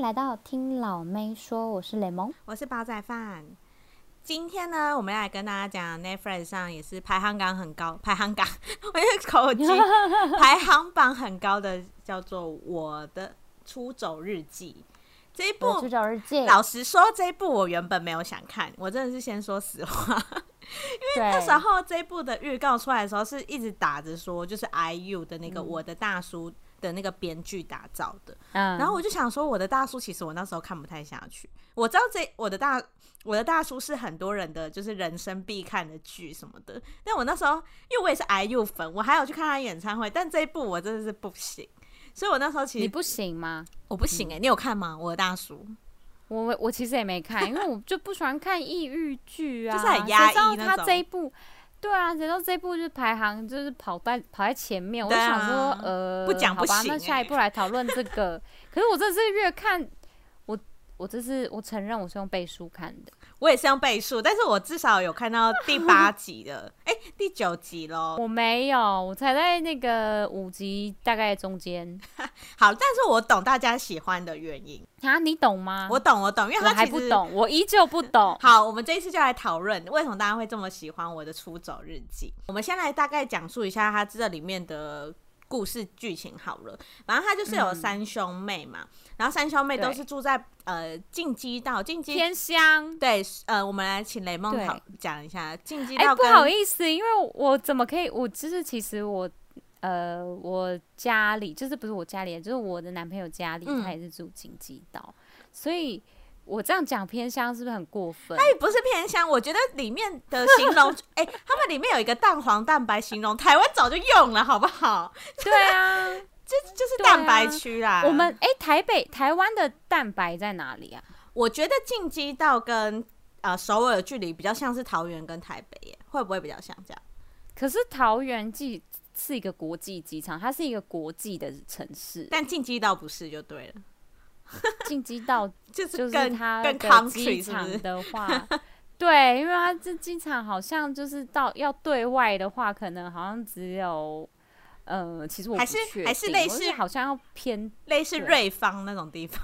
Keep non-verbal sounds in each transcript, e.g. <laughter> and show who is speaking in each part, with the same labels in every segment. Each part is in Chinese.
Speaker 1: 来到听老妹说，我是雷蒙。
Speaker 2: 我是煲仔饭。今天呢，我们要来跟大家讲 Netflix 上也是排行榜很高，排行榜， <laughs> 我有
Speaker 1: <laughs>
Speaker 2: 口技，排行榜很高的叫做《我的出走日记》这一
Speaker 1: 我的
Speaker 2: 部
Speaker 1: 出。走日记，
Speaker 2: 老实说，这一部我原本没有想看，我真的是先说实话。
Speaker 1: 对
Speaker 2: 那时候这一部的预告出来的时候，是一直打着说就是 IU 的那个《我的大叔》的那个编剧打造的，
Speaker 1: 嗯，
Speaker 2: 然后我就想说，我的大叔其实我那时候看不太下去。我知道这我的大我的大叔是很多人的就是人生必看的剧什么的，但我那时候因为我也是 IU 粉，我还有去看他演唱会，但这一部我真的是不行，所以我那时候其
Speaker 1: 你
Speaker 2: 实
Speaker 1: 不行吗？
Speaker 2: 我不行哎、你有看吗？我的大叔
Speaker 1: 我我我其实也没看，因为我就不喜欢看抑郁剧啊，
Speaker 2: <laughs> 就是很压抑
Speaker 1: 谁知道
Speaker 2: 那
Speaker 1: 他
Speaker 2: 种
Speaker 1: 这一部，对啊，谁知道这一部就是排行就是跑在跑在前面，我就
Speaker 2: 对啊
Speaker 1: 想说，呃，
Speaker 2: 不讲不
Speaker 1: 好吧，
Speaker 2: 行
Speaker 1: 那下一
Speaker 2: 欸
Speaker 1: 步来讨论这个。 <laughs> 可是我这次越看，我我这次我承认我是用背书看的，
Speaker 2: 我也是用倍数，但是我至少有看到第 <laughs> 八集的，哎、第九集喽。
Speaker 1: 我没有，我才在那个五集大概中间
Speaker 2: 好，但是我懂大家喜欢的原因，
Speaker 1: 啊，你懂吗？
Speaker 2: 我懂我懂，因为
Speaker 1: 我
Speaker 2: 他
Speaker 1: 还
Speaker 2: 其
Speaker 1: 不
Speaker 2: 实。
Speaker 1: 懂，我依旧不懂
Speaker 2: 好，我们这一次就来讨论为什么大家会这么喜欢我的《出走日记》。我们先来大概讲述一下它这里面的故事剧情好了。反正它就是有三兄妹嘛，然后三兄妹都
Speaker 1: 对
Speaker 2: 是住在呃进击道，进击
Speaker 1: 天香，
Speaker 2: 对，呃，我们来请雷梦
Speaker 1: 对
Speaker 2: 讨讲一下进击
Speaker 1: 哎、
Speaker 2: 道
Speaker 1: 不
Speaker 2: 跟、
Speaker 1: 好意思，因为我怎么可以？我就是其实我，呃，我家里就是不是我家里，就是我的男朋友家里，
Speaker 2: 嗯
Speaker 1: 他也是住金鸡岛，所以我这样讲偏乡是不是很过分？
Speaker 2: 哎，不是偏乡，我觉得里面的形容， <laughs> 哎、他们里面有一个蛋黄蛋白形容，台湾早就用了，好不好？
Speaker 1: 对
Speaker 2: <laughs>
Speaker 1: 啊，
Speaker 2: 这就是
Speaker 1: 对啊
Speaker 2: 蛋白区啦。
Speaker 1: 我们哎、台北台湾的蛋白在哪里啊？
Speaker 2: 我觉得进击道跟呃首尔的距离比较像是桃园跟台北耶，会不会比较像这样？
Speaker 1: 可是桃园际是一个国际机场，它是一个国际的城市，
Speaker 2: 但进击道不是就对了，
Speaker 1: 金鸡岛
Speaker 2: 就是
Speaker 1: 就是
Speaker 2: 更
Speaker 1: 它
Speaker 2: 更
Speaker 1: 的机
Speaker 2: country 是不
Speaker 1: 场
Speaker 2: 是？
Speaker 1: 的
Speaker 2: <laughs>
Speaker 1: 话，对，因为它这机场好像就是到要对外的话，可能好像只有，呃，其实我
Speaker 2: 还
Speaker 1: 不
Speaker 2: 是
Speaker 1: 确
Speaker 2: 还是
Speaker 1: 定
Speaker 2: 类
Speaker 1: 我就
Speaker 2: 似
Speaker 1: 好像要偏
Speaker 2: 类似
Speaker 1: 对
Speaker 2: 瑞芳那种地方，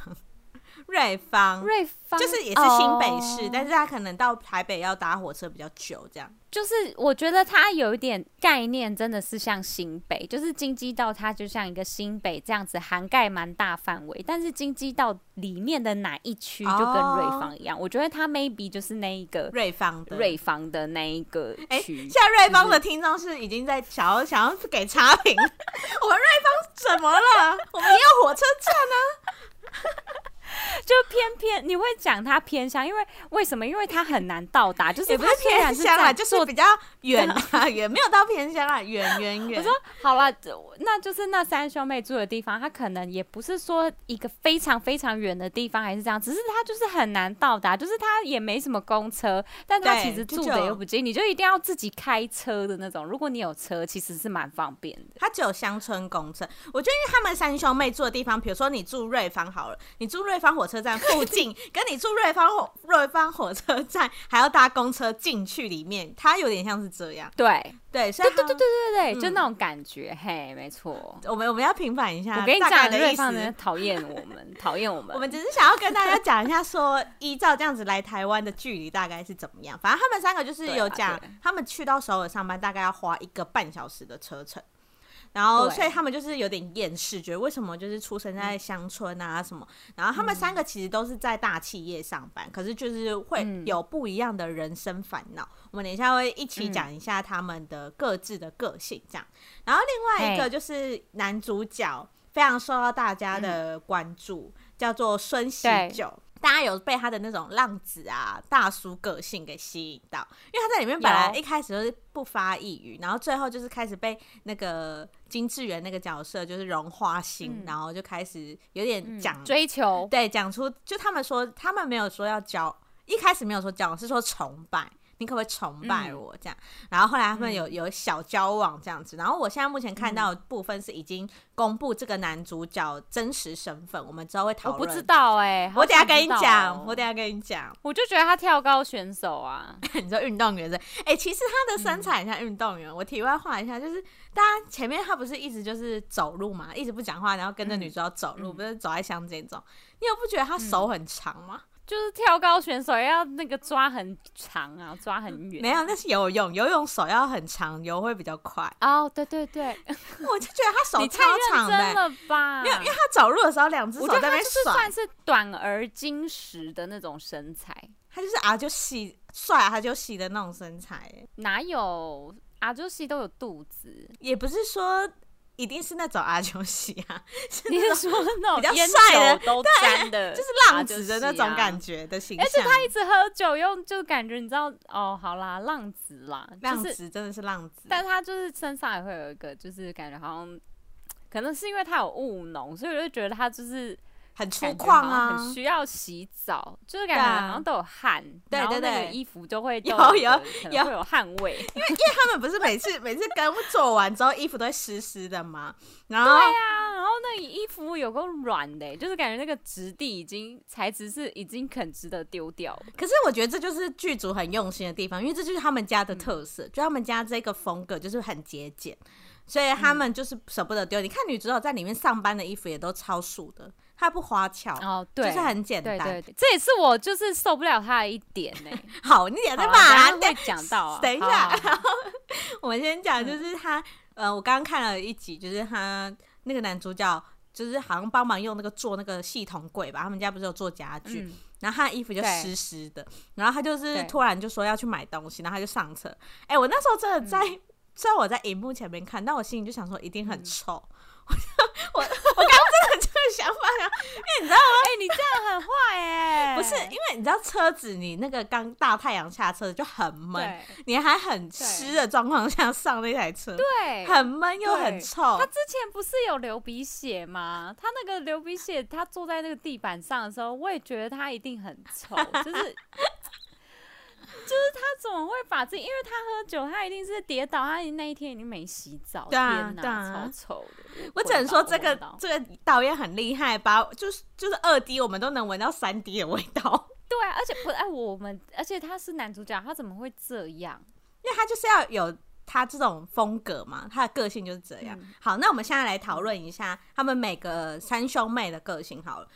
Speaker 2: <laughs> 瑞芳
Speaker 1: 瑞芳，
Speaker 2: 就是也是新北市，
Speaker 1: 哦
Speaker 2: 但是它可能到台北要搭火车比较久，这样。
Speaker 1: 就是我觉得它有一点概念，真的是像新北，就是金鸡道，它就像一个新北这样子，涵盖蛮大范围。但是金鸡道里面的哪一区就跟瑞
Speaker 2: 哦
Speaker 1: 芳一样我觉得它 maybe 就是那一个
Speaker 2: 瑞芳的
Speaker 1: 瑞芳的那一个
Speaker 2: 哎，
Speaker 1: 区。
Speaker 2: 现在瑞芳的听众是已经在想要想要给差评， <laughs> 我们瑞芳怎么了？我们也有火车站啊，
Speaker 1: 就偏偏你会讲它偏乡，因为为什么？因为它很难到
Speaker 2: <laughs>
Speaker 1: 达，就是
Speaker 2: 也不
Speaker 1: 它
Speaker 2: 是
Speaker 1: 虽然
Speaker 2: 偏
Speaker 1: 是
Speaker 2: 乡啦，
Speaker 1: 在
Speaker 2: 就是比较远啊， <laughs> 远没有到偏乡啦，远远远。
Speaker 1: 我说好了，这那就是那三兄妹住的地方，它可能也不是说一个非常非常远的地方，还是这样，只是它就是很难到达，就是它也没什么公车，但它
Speaker 2: 对
Speaker 1: 其实
Speaker 2: 就
Speaker 1: 住
Speaker 2: 只
Speaker 1: 的
Speaker 2: 有
Speaker 1: 又不近，你就一定要自己开车的那种。如果你有车，其实是蛮方便的。
Speaker 2: 它只有乡村公厕，我觉得因为他们三兄妹住的地方，比如说你住瑞芳好了，你住瑞芳火车站
Speaker 1: <laughs>
Speaker 2: 附近，跟你住瑞芳火瑞芳火车站还要搭公车进去里面，它有点像是这样。
Speaker 1: 对，
Speaker 2: 对，所以
Speaker 1: 对对对
Speaker 2: 它
Speaker 1: 对对对，就
Speaker 2: 嗯
Speaker 1: 那种感觉，嘿，没错。
Speaker 2: 我们我们要平反一下，
Speaker 1: 我跟你
Speaker 2: 大概
Speaker 1: 讲，
Speaker 2: 的
Speaker 1: 瑞
Speaker 2: 意
Speaker 1: 芳人
Speaker 2: 思。
Speaker 1: 讨厌我们，讨厌我们。
Speaker 2: 我们只是想要跟大家讲一下说依照这样子来台湾的距离大概是怎么样。反正他们三个就是
Speaker 1: 对啊
Speaker 2: 有讲
Speaker 1: 对，
Speaker 2: 他们去到首尔上班大概要花一个半小时的车程，然后
Speaker 1: 对
Speaker 2: 所以他们就是有点厌世，觉得为什么就是出生在乡村啊什么。然后他们三个其实都是在大企业上班，可是就是会
Speaker 1: 嗯
Speaker 2: 有不一样的人生烦恼。我们等一下会一起
Speaker 1: 嗯
Speaker 2: 讲一下他们的各自的个性这样。然后另外一
Speaker 1: 嘿
Speaker 2: 个就是男主角非常受到大家的关注，叫做孙喜
Speaker 1: 嗯对
Speaker 2: 九。大家有被他的那种浪子啊、大叔个性给吸引到，因为他在里面本来
Speaker 1: 有
Speaker 2: 一开始就是不发一语，然后最后就是开始被那个金智媛那个角色就是融化心，
Speaker 1: 嗯
Speaker 2: 然后就开始有点讲、
Speaker 1: 追求，
Speaker 2: 对，讲出就他们说，他们没有说要交，一开始没有说交往，是说崇拜。你你可不可以崇
Speaker 1: 嗯
Speaker 2: 拜我这样？然后后来他们有有小交往这样子。然后我现在目前看到的
Speaker 1: 嗯
Speaker 2: 部分是已经公布这个男主角真实身份，我们之后会
Speaker 1: 我
Speaker 2: 讨论。
Speaker 1: 不知，道哎、好
Speaker 2: 我等一下
Speaker 1: 想
Speaker 2: 跟你
Speaker 1: 知道
Speaker 2: 讲，
Speaker 1: 哦
Speaker 2: 我等一下跟你讲。 <laughs>
Speaker 1: 我就觉得他跳高选手啊， <laughs>
Speaker 2: 你说运动员是？哎、其实他的
Speaker 1: 嗯
Speaker 2: 身材很像运动员。我题外话一下，就是大家前面他不是一直就是走路嘛，一直不讲话，然后跟着女主角走路，
Speaker 1: 嗯
Speaker 2: 不是走在乡间走。你有不觉得他手很长吗？
Speaker 1: 就是跳高选手要那个抓很长啊，抓很远。
Speaker 2: 没有，那是游泳，游泳手要很长，游会比较
Speaker 1: <laughs>
Speaker 2: 快。
Speaker 1: 哦，对对对，
Speaker 2: 我就觉得他手
Speaker 1: 你
Speaker 2: 超
Speaker 1: 太
Speaker 2: 长
Speaker 1: 认
Speaker 2: 的、欸
Speaker 1: 真了吧？
Speaker 2: 没有，因为他走路的时候两只手
Speaker 1: 我
Speaker 2: 在
Speaker 1: 觉得
Speaker 2: 那
Speaker 1: 他
Speaker 2: 边
Speaker 1: 就是
Speaker 2: 甩
Speaker 1: 算，是短而精实的那种身材，
Speaker 2: 他就是啊就细帅啊就细的那种身材、哎
Speaker 1: 哪有阿朱西都有肚
Speaker 2: <laughs>
Speaker 1: 子？
Speaker 2: 也不是说一定是那种阿九西啊，是
Speaker 1: 你
Speaker 2: 那
Speaker 1: 是
Speaker 2: 种
Speaker 1: 说那
Speaker 2: 比较
Speaker 1: 种烟
Speaker 2: 帅的
Speaker 1: 酒都沾的，
Speaker 2: 就是浪子的那种感
Speaker 1: 觉？
Speaker 2: 觉的形
Speaker 1: 啊
Speaker 2: 象。
Speaker 1: 而且他一直喝酒，又就感觉你知道哦，好啦，浪子啦，
Speaker 2: 浪
Speaker 1: 就是，
Speaker 2: 子真的是浪子，
Speaker 1: 但他就是身上也会有一个，就是感觉好像。可能是因为他有务农，所以我就觉得他就是
Speaker 2: 很粗
Speaker 1: 感觉
Speaker 2: 犷
Speaker 1: 好像
Speaker 2: 啊，
Speaker 1: 很需要洗澡，就是感
Speaker 2: 对啊
Speaker 1: 觉好像都有汗，
Speaker 2: 对
Speaker 1: 然后
Speaker 2: 对对
Speaker 1: 那个衣服就会
Speaker 2: 有
Speaker 1: 都
Speaker 2: 有
Speaker 1: 可
Speaker 2: 有
Speaker 1: 能会有汗味，
Speaker 2: 他们不是每次每次跟做完之后衣服都会湿湿的吗？然后
Speaker 1: 对呀、啊然后那里衣服有够软的欸、就是感觉那个质地已经材质是已经很值得丢掉了。
Speaker 2: 可是我觉得这就是剧组很用心的地方，因为这就是他们家的特
Speaker 1: 嗯
Speaker 2: 色，就他们家这个风格就是很节俭，所以他们就是舍不得丢。你看女主角在里面上班的衣服也都超素的，她不花俏，
Speaker 1: 哦，
Speaker 2: 就
Speaker 1: 对，
Speaker 2: 是很简单。
Speaker 1: 对对对，这也是我就是受不了他的一点呢、
Speaker 2: <laughs>
Speaker 1: 欸。
Speaker 2: 好，你也在
Speaker 1: 好啦
Speaker 2: 骂
Speaker 1: 等
Speaker 2: 人
Speaker 1: 一下会讲到啊，
Speaker 2: <laughs> 等一下
Speaker 1: 好好好
Speaker 2: 我先讲，就是他，
Speaker 1: 嗯
Speaker 2: 呃，我刚刚看了一集，就是他那个男主角，就是好像帮忙用那个做那个系统柜吧，他们家不是有做家具， <laughs>
Speaker 1: 嗯，
Speaker 2: 然后他的衣服就
Speaker 1: 对
Speaker 2: 湿湿的，然后他就是
Speaker 1: 对
Speaker 2: 突然就说要去买东西，然后他就上车。哎、我那时候真的在，
Speaker 1: 嗯
Speaker 2: 虽然我在荧幕前面看，但我心里就想说一定很臭。 <laughs> 我就我我刚刚真的有这个想法，
Speaker 1: <laughs>
Speaker 2: 然后
Speaker 1: 哎、你这样很坏哎、
Speaker 2: 不是因为你知道车子你那个刚大太阳下车就很闷，
Speaker 1: 对
Speaker 2: 你还很湿的状况下上那台车，
Speaker 1: 对。
Speaker 2: 很闷又很
Speaker 1: 对
Speaker 2: 臭
Speaker 1: 他。之前不是有流鼻血吗？他那个流鼻血，他坐在那个地板上的时候，我也觉得他一定很臭，就是 <laughs> 就是他怎么会把自己，因为他喝酒，他一定是跌倒，他那一天已经没洗澡，
Speaker 2: 对啊
Speaker 1: 天哪，
Speaker 2: 对啊
Speaker 1: 超臭的。
Speaker 2: 我只能说这
Speaker 1: 闻
Speaker 2: 个
Speaker 1: 到
Speaker 2: 这个导演很厉害，把就是就是二 D 我们都能闻到三 D 的味道，
Speaker 1: 对啊，而且不哎，我们而且他是男主角，他怎么会这样？
Speaker 2: 因为他就是要有他这种风格嘛，他的个性就是这样。
Speaker 1: 嗯
Speaker 2: 好，那我们现在来讨论一下他们每个三兄妹的个性好了。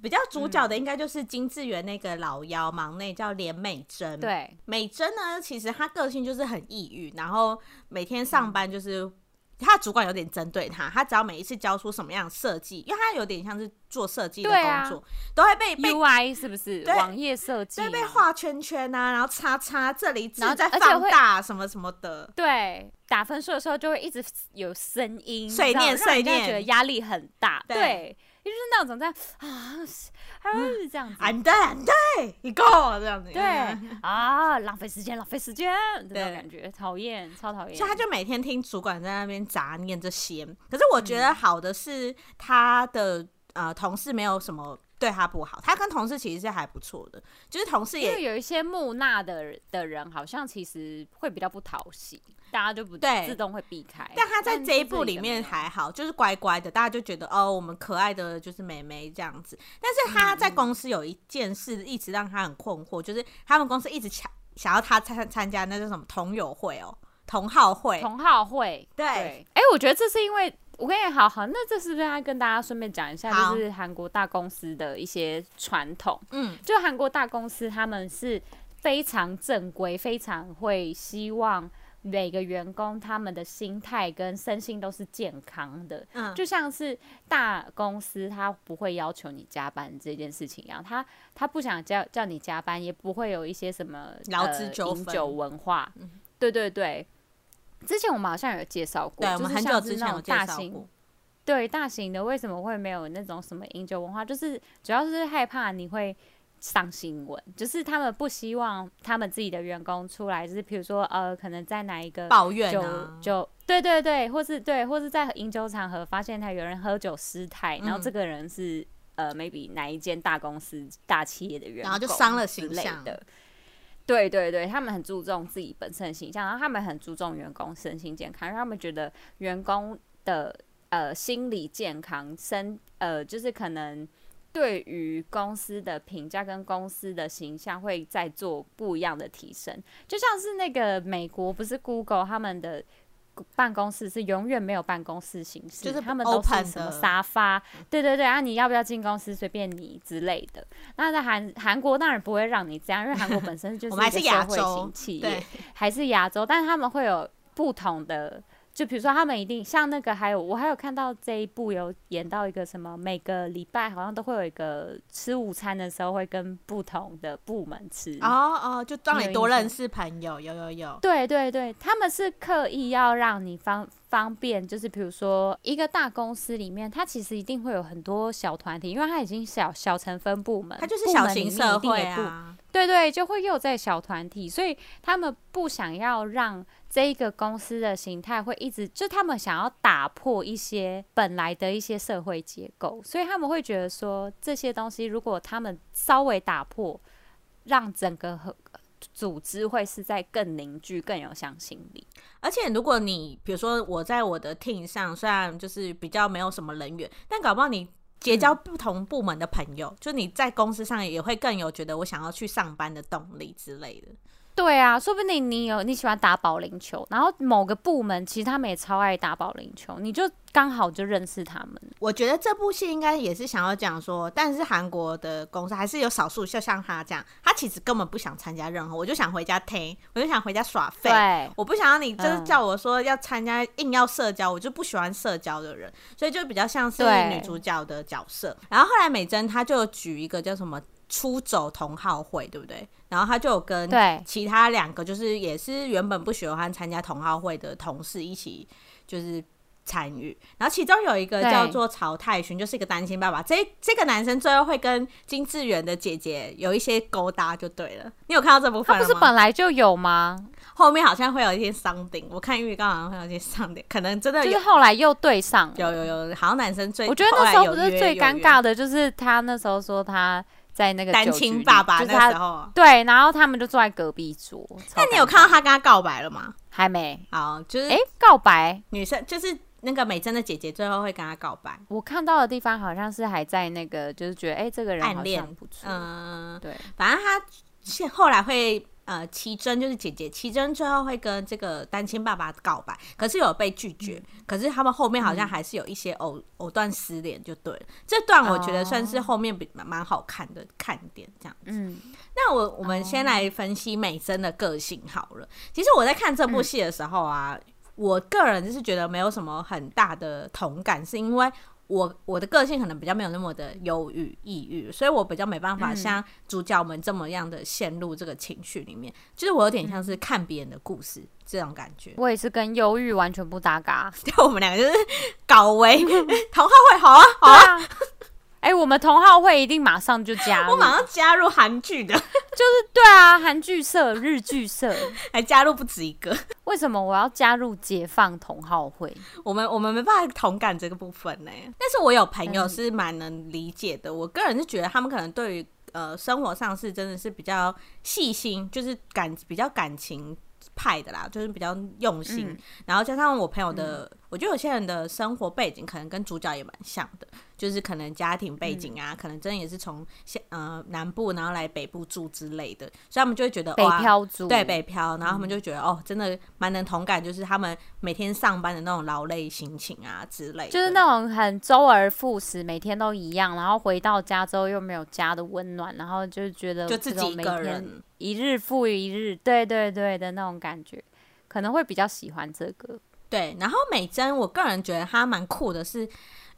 Speaker 2: 比较主角
Speaker 1: 嗯
Speaker 2: 的应该就是金智媛那个老妖忙内叫连美珍，，
Speaker 1: 对，
Speaker 2: 美珍呢，其实她个性就是很抑郁，然后每天
Speaker 1: 嗯
Speaker 2: 上班就是她的主管有点针对她，她只要每一次交出什么样的设计，因为她有点像是做设计的
Speaker 1: 对
Speaker 2: 工
Speaker 1: 啊
Speaker 2: 作，都会被被
Speaker 1: UI 是不是
Speaker 2: 对
Speaker 1: 网页设计
Speaker 2: 对被
Speaker 1: 吗？
Speaker 2: 画圈圈啊，然后叉叉这里字
Speaker 1: 然后
Speaker 2: 再
Speaker 1: 而且
Speaker 2: 放
Speaker 1: 会
Speaker 2: 大什么什么的，
Speaker 1: 对，打分数的时候就会一直有声音，
Speaker 2: 碎念
Speaker 1: 你知道让人家
Speaker 2: 碎念
Speaker 1: 觉得压力很大。
Speaker 2: 对
Speaker 1: 对，就是那种在啊，是啊这样子，
Speaker 2: 俺对俺对，你够这样子，嗯
Speaker 1: 对啊，浪费时间，浪费时间，这
Speaker 2: 对
Speaker 1: 种感觉讨厌，超讨厌。
Speaker 2: 所以他就每天听主管在那边杂念这些。可是我
Speaker 1: 嗯
Speaker 2: 觉得好的是他的、呃同事没有什么对他不好，他跟同事其实是还不错的，就是同事
Speaker 1: 因
Speaker 2: 也
Speaker 1: 为有一些木讷的人的人，好像其实会比较不讨喜，大家就不
Speaker 2: 对
Speaker 1: 自动会避开。
Speaker 2: 但他在这一部
Speaker 1: 里
Speaker 2: 里面
Speaker 1: 没有
Speaker 2: 还好，就是乖乖的，大家就觉得哦，我们可爱的就是美眉这样子。但
Speaker 1: 嗯
Speaker 2: 是他在公司有一件事一直让他很困惑，就是他们公司一直想想要他参参加那叫什么同友会哦，同好会，
Speaker 1: 同好会，
Speaker 2: 对
Speaker 1: 哎、我觉得这是因为我跟你好好，那这是不是要跟大家顺便讲一下，
Speaker 2: 好
Speaker 1: 就是韩国大公司的一些传统？
Speaker 2: 嗯，
Speaker 1: 就韩国大公司他们是非常正规，非常会希望每个员工他们的心态跟身心都是健康的。
Speaker 2: 嗯
Speaker 1: 就像是大公司他不会要求你加班这件事情一样，他他不想叫叫你加班，也不会有一些什么
Speaker 2: 劳
Speaker 1: 呃
Speaker 2: 资纠
Speaker 1: 饮
Speaker 2: 纷
Speaker 1: 酒文化。对对对。之前我们好像有介绍过，
Speaker 2: 对，我
Speaker 1: 就
Speaker 2: 们
Speaker 1: 是
Speaker 2: 很久
Speaker 1: 像是
Speaker 2: 之
Speaker 1: 那
Speaker 2: 前有
Speaker 1: 种
Speaker 2: 介
Speaker 1: 大
Speaker 2: 绍
Speaker 1: 型
Speaker 2: 过，
Speaker 1: 对大型的为什么会没有那种什么饮酒文化？就是主要是害怕你会上新闻，就是他们不希望他们自己的员工出来，就是比如说呃，可能在哪一个
Speaker 2: 抱怨
Speaker 1: 酒
Speaker 2: 啊，
Speaker 1: 酒，对对对，或是对，或是在饮酒场合发现他有人喝酒失态，然后
Speaker 2: 嗯
Speaker 1: 这个人是呃 maybe 哪一间大公司大企业的员工，
Speaker 2: 然后就伤了形
Speaker 1: 类
Speaker 2: 象
Speaker 1: 的。对对对，他们很注重自己本身的形象，然后他们很注重员工身心健康，让他们觉得员工的呃心理健康、身呃就是可能对于公司的评价跟公司的形象会再做不一样的提升。就像是那个美国不是 Google 他们的。办公室是永远没有办公室形式，
Speaker 2: 就是
Speaker 1: 他们都
Speaker 2: open
Speaker 1: 是什么
Speaker 2: 的
Speaker 1: 沙发，对对对，啊，你要不要进公司随便你之类的。那在韩韩国当然不会让你这样，因为韩国本身就
Speaker 2: 我
Speaker 1: 是
Speaker 2: 们还
Speaker 1: 一
Speaker 2: 是
Speaker 1: 个
Speaker 2: 亚
Speaker 1: 社会
Speaker 2: 洲
Speaker 1: 型企业
Speaker 2: 对，，
Speaker 1: 还是亚洲，但是他们会有不同的，就比如说他们一定像那个，还有我还有看到这一部有演到一个什么，每个礼拜好像都会有一个吃午餐的时候会跟不同的部门吃。
Speaker 2: 哦哦，就让
Speaker 1: 你有
Speaker 2: 你多
Speaker 1: 印象
Speaker 2: 认识朋友，有有有，
Speaker 1: 对对对，他们是刻意要让你方方便，就是比如说一个大公司里面，它其实一定会有很多小团体，因为它已经小小成分部门，
Speaker 2: 它就是
Speaker 1: 呃部
Speaker 2: 小
Speaker 1: 门里
Speaker 2: 型
Speaker 1: 面
Speaker 2: 社
Speaker 1: 一定
Speaker 2: 会
Speaker 1: 也不
Speaker 2: 啊，
Speaker 1: 对对，就会又在小团体，所以他们不想要让这一个公司的形态会一直，就他们想要打破一些本来的一些社会结构，所以他们会觉得说这些东西如果他们稍微打破，让整个和组织会是在更凝聚、更有向心力。
Speaker 2: 而且如果你比如说我在我的 team 上，虽然就是比较没有什么人员，但搞不好你结交
Speaker 1: 嗯
Speaker 2: 不同部门的朋友，就你在公司上也会更有觉得我想要去上班的动力之类的。
Speaker 1: 对啊，说不定你有你喜欢打保龄球，然后某个部门其实他们也超爱打保龄球，你就刚好就认识他们。
Speaker 2: 嗯我觉得这部戏应该也是想要讲说，但是韩国的公司还是有少数，就像他这样，他其实根本不想参加任何，我就想回家听，我就想回家耍废，
Speaker 1: 对，
Speaker 2: 我不想要你就是
Speaker 1: 嗯
Speaker 2: 叫我说要参加，硬要社交，我就不喜欢社交的人，所以就比较像是
Speaker 1: 对
Speaker 2: 女主角的角色。然后后来美珍她就有举一个叫什么出走同好会，对不对？然后她就有跟
Speaker 1: 对
Speaker 2: 其他两个就是也是原本不喜欢参加同好会的同事一起就是。参与，然后其中有一个
Speaker 1: 对
Speaker 2: 叫做曹泰勋，就是一个单亲爸爸。这这个男生最后会跟金智媛的姐姐有一些勾搭，就对了。你有看到这部分
Speaker 1: 他
Speaker 2: 了吗？
Speaker 1: 不是本来就有吗？
Speaker 2: 后面好像会有一些伤顶，我看预告好像会有一些伤顶，可能真的
Speaker 1: 就
Speaker 2: 有、
Speaker 1: 是后来又对上了。
Speaker 2: 有有有，好像男生最
Speaker 1: 我觉得那时候
Speaker 2: 后
Speaker 1: 不
Speaker 2: 来有
Speaker 1: 是
Speaker 2: 约
Speaker 1: 最
Speaker 2: 有
Speaker 1: 尴
Speaker 2: 约
Speaker 1: 尬的，就是他那时候说他在那个
Speaker 2: 单
Speaker 1: 酒局
Speaker 2: 亲
Speaker 1: 里
Speaker 2: 爸爸
Speaker 1: 就是
Speaker 2: 那时
Speaker 1: 他
Speaker 2: 候。
Speaker 1: 对，然后他们就坐在隔壁桌。
Speaker 2: 那你有
Speaker 1: 超尴尬
Speaker 2: 看嗯到他跟他告白了吗？
Speaker 1: 还没？
Speaker 2: 好，就是
Speaker 1: 哎、告白，
Speaker 2: 女生就是那个美珍的姐姐，最后会跟他告白。
Speaker 1: 我看到的地方好像是还在那个，就是觉得哎、诶这个人好
Speaker 2: 暗恋
Speaker 1: 像不错。
Speaker 2: 嗯、
Speaker 1: 对，
Speaker 2: 反正他现后来会呃，奇珍就是姐姐，奇珍最后会跟这个单亲爸爸告白，可是有被拒绝。可是他们后面好像还是有一些藕藕断丝连，就对了。这段我觉得算是后面比蛮蛮好看的看点，这样。
Speaker 1: 嗯，
Speaker 2: 那我我们先来分析美珍的个性好了。其实我在看这部戏的时候啊，我个人就是觉得没有什么很大的同感，是因为我我的个性可能比较没有那么的忧郁、抑郁，所以我比较没办法
Speaker 1: 嗯
Speaker 2: 像主角们这么样的陷入这个情绪里面。就是我有点像是看别人的故事这种感觉。 <laughs>
Speaker 1: 我也是跟忧郁完全不搭嘎。
Speaker 2: 对，我们两个就是搞为同 <laughs> 好会，好啊，好啊，
Speaker 1: 啊，哎、我们同好会一定马上就加入，
Speaker 2: <laughs> 我马上加入韩剧的，
Speaker 1: 就是对啊，韩剧社、日剧社，
Speaker 2: 还加入不止一个。
Speaker 1: 为什么我要加入解放同好会？
Speaker 2: 我们我们没办法同感这个部分呢、但是我有朋友是蛮能理解的，我个人是觉得他们可能对于呃生活上是真的是比较细心，就是感比较感情派的啦，就是比较用心。
Speaker 1: 嗯
Speaker 2: 然后加上我朋友的，我觉得有些人的生活背景可能跟主角也蛮像的，就是可能家庭背景
Speaker 1: 嗯
Speaker 2: 啊，可能真的也是从西呃南部然后来北部住之类的，所以他们就会觉得
Speaker 1: 北
Speaker 2: 哇
Speaker 1: 漂族
Speaker 2: 对北漂，然后
Speaker 1: 嗯
Speaker 2: 他们就觉得、哦，真的蛮能同感，就是他们每天上班的那种劳累心情啊之类的，
Speaker 1: 就是那种很周而复始，每天都一样，然后回到家之后又没有家的温暖，然后就觉得
Speaker 2: 就自
Speaker 1: 这种
Speaker 2: 己一
Speaker 1: 每
Speaker 2: 个
Speaker 1: 天
Speaker 2: 人。
Speaker 1: 一日复一日，对对对的那种感觉，可能会比较喜欢这个。
Speaker 2: 对，然后美珍，我个人觉得她蛮酷的是，因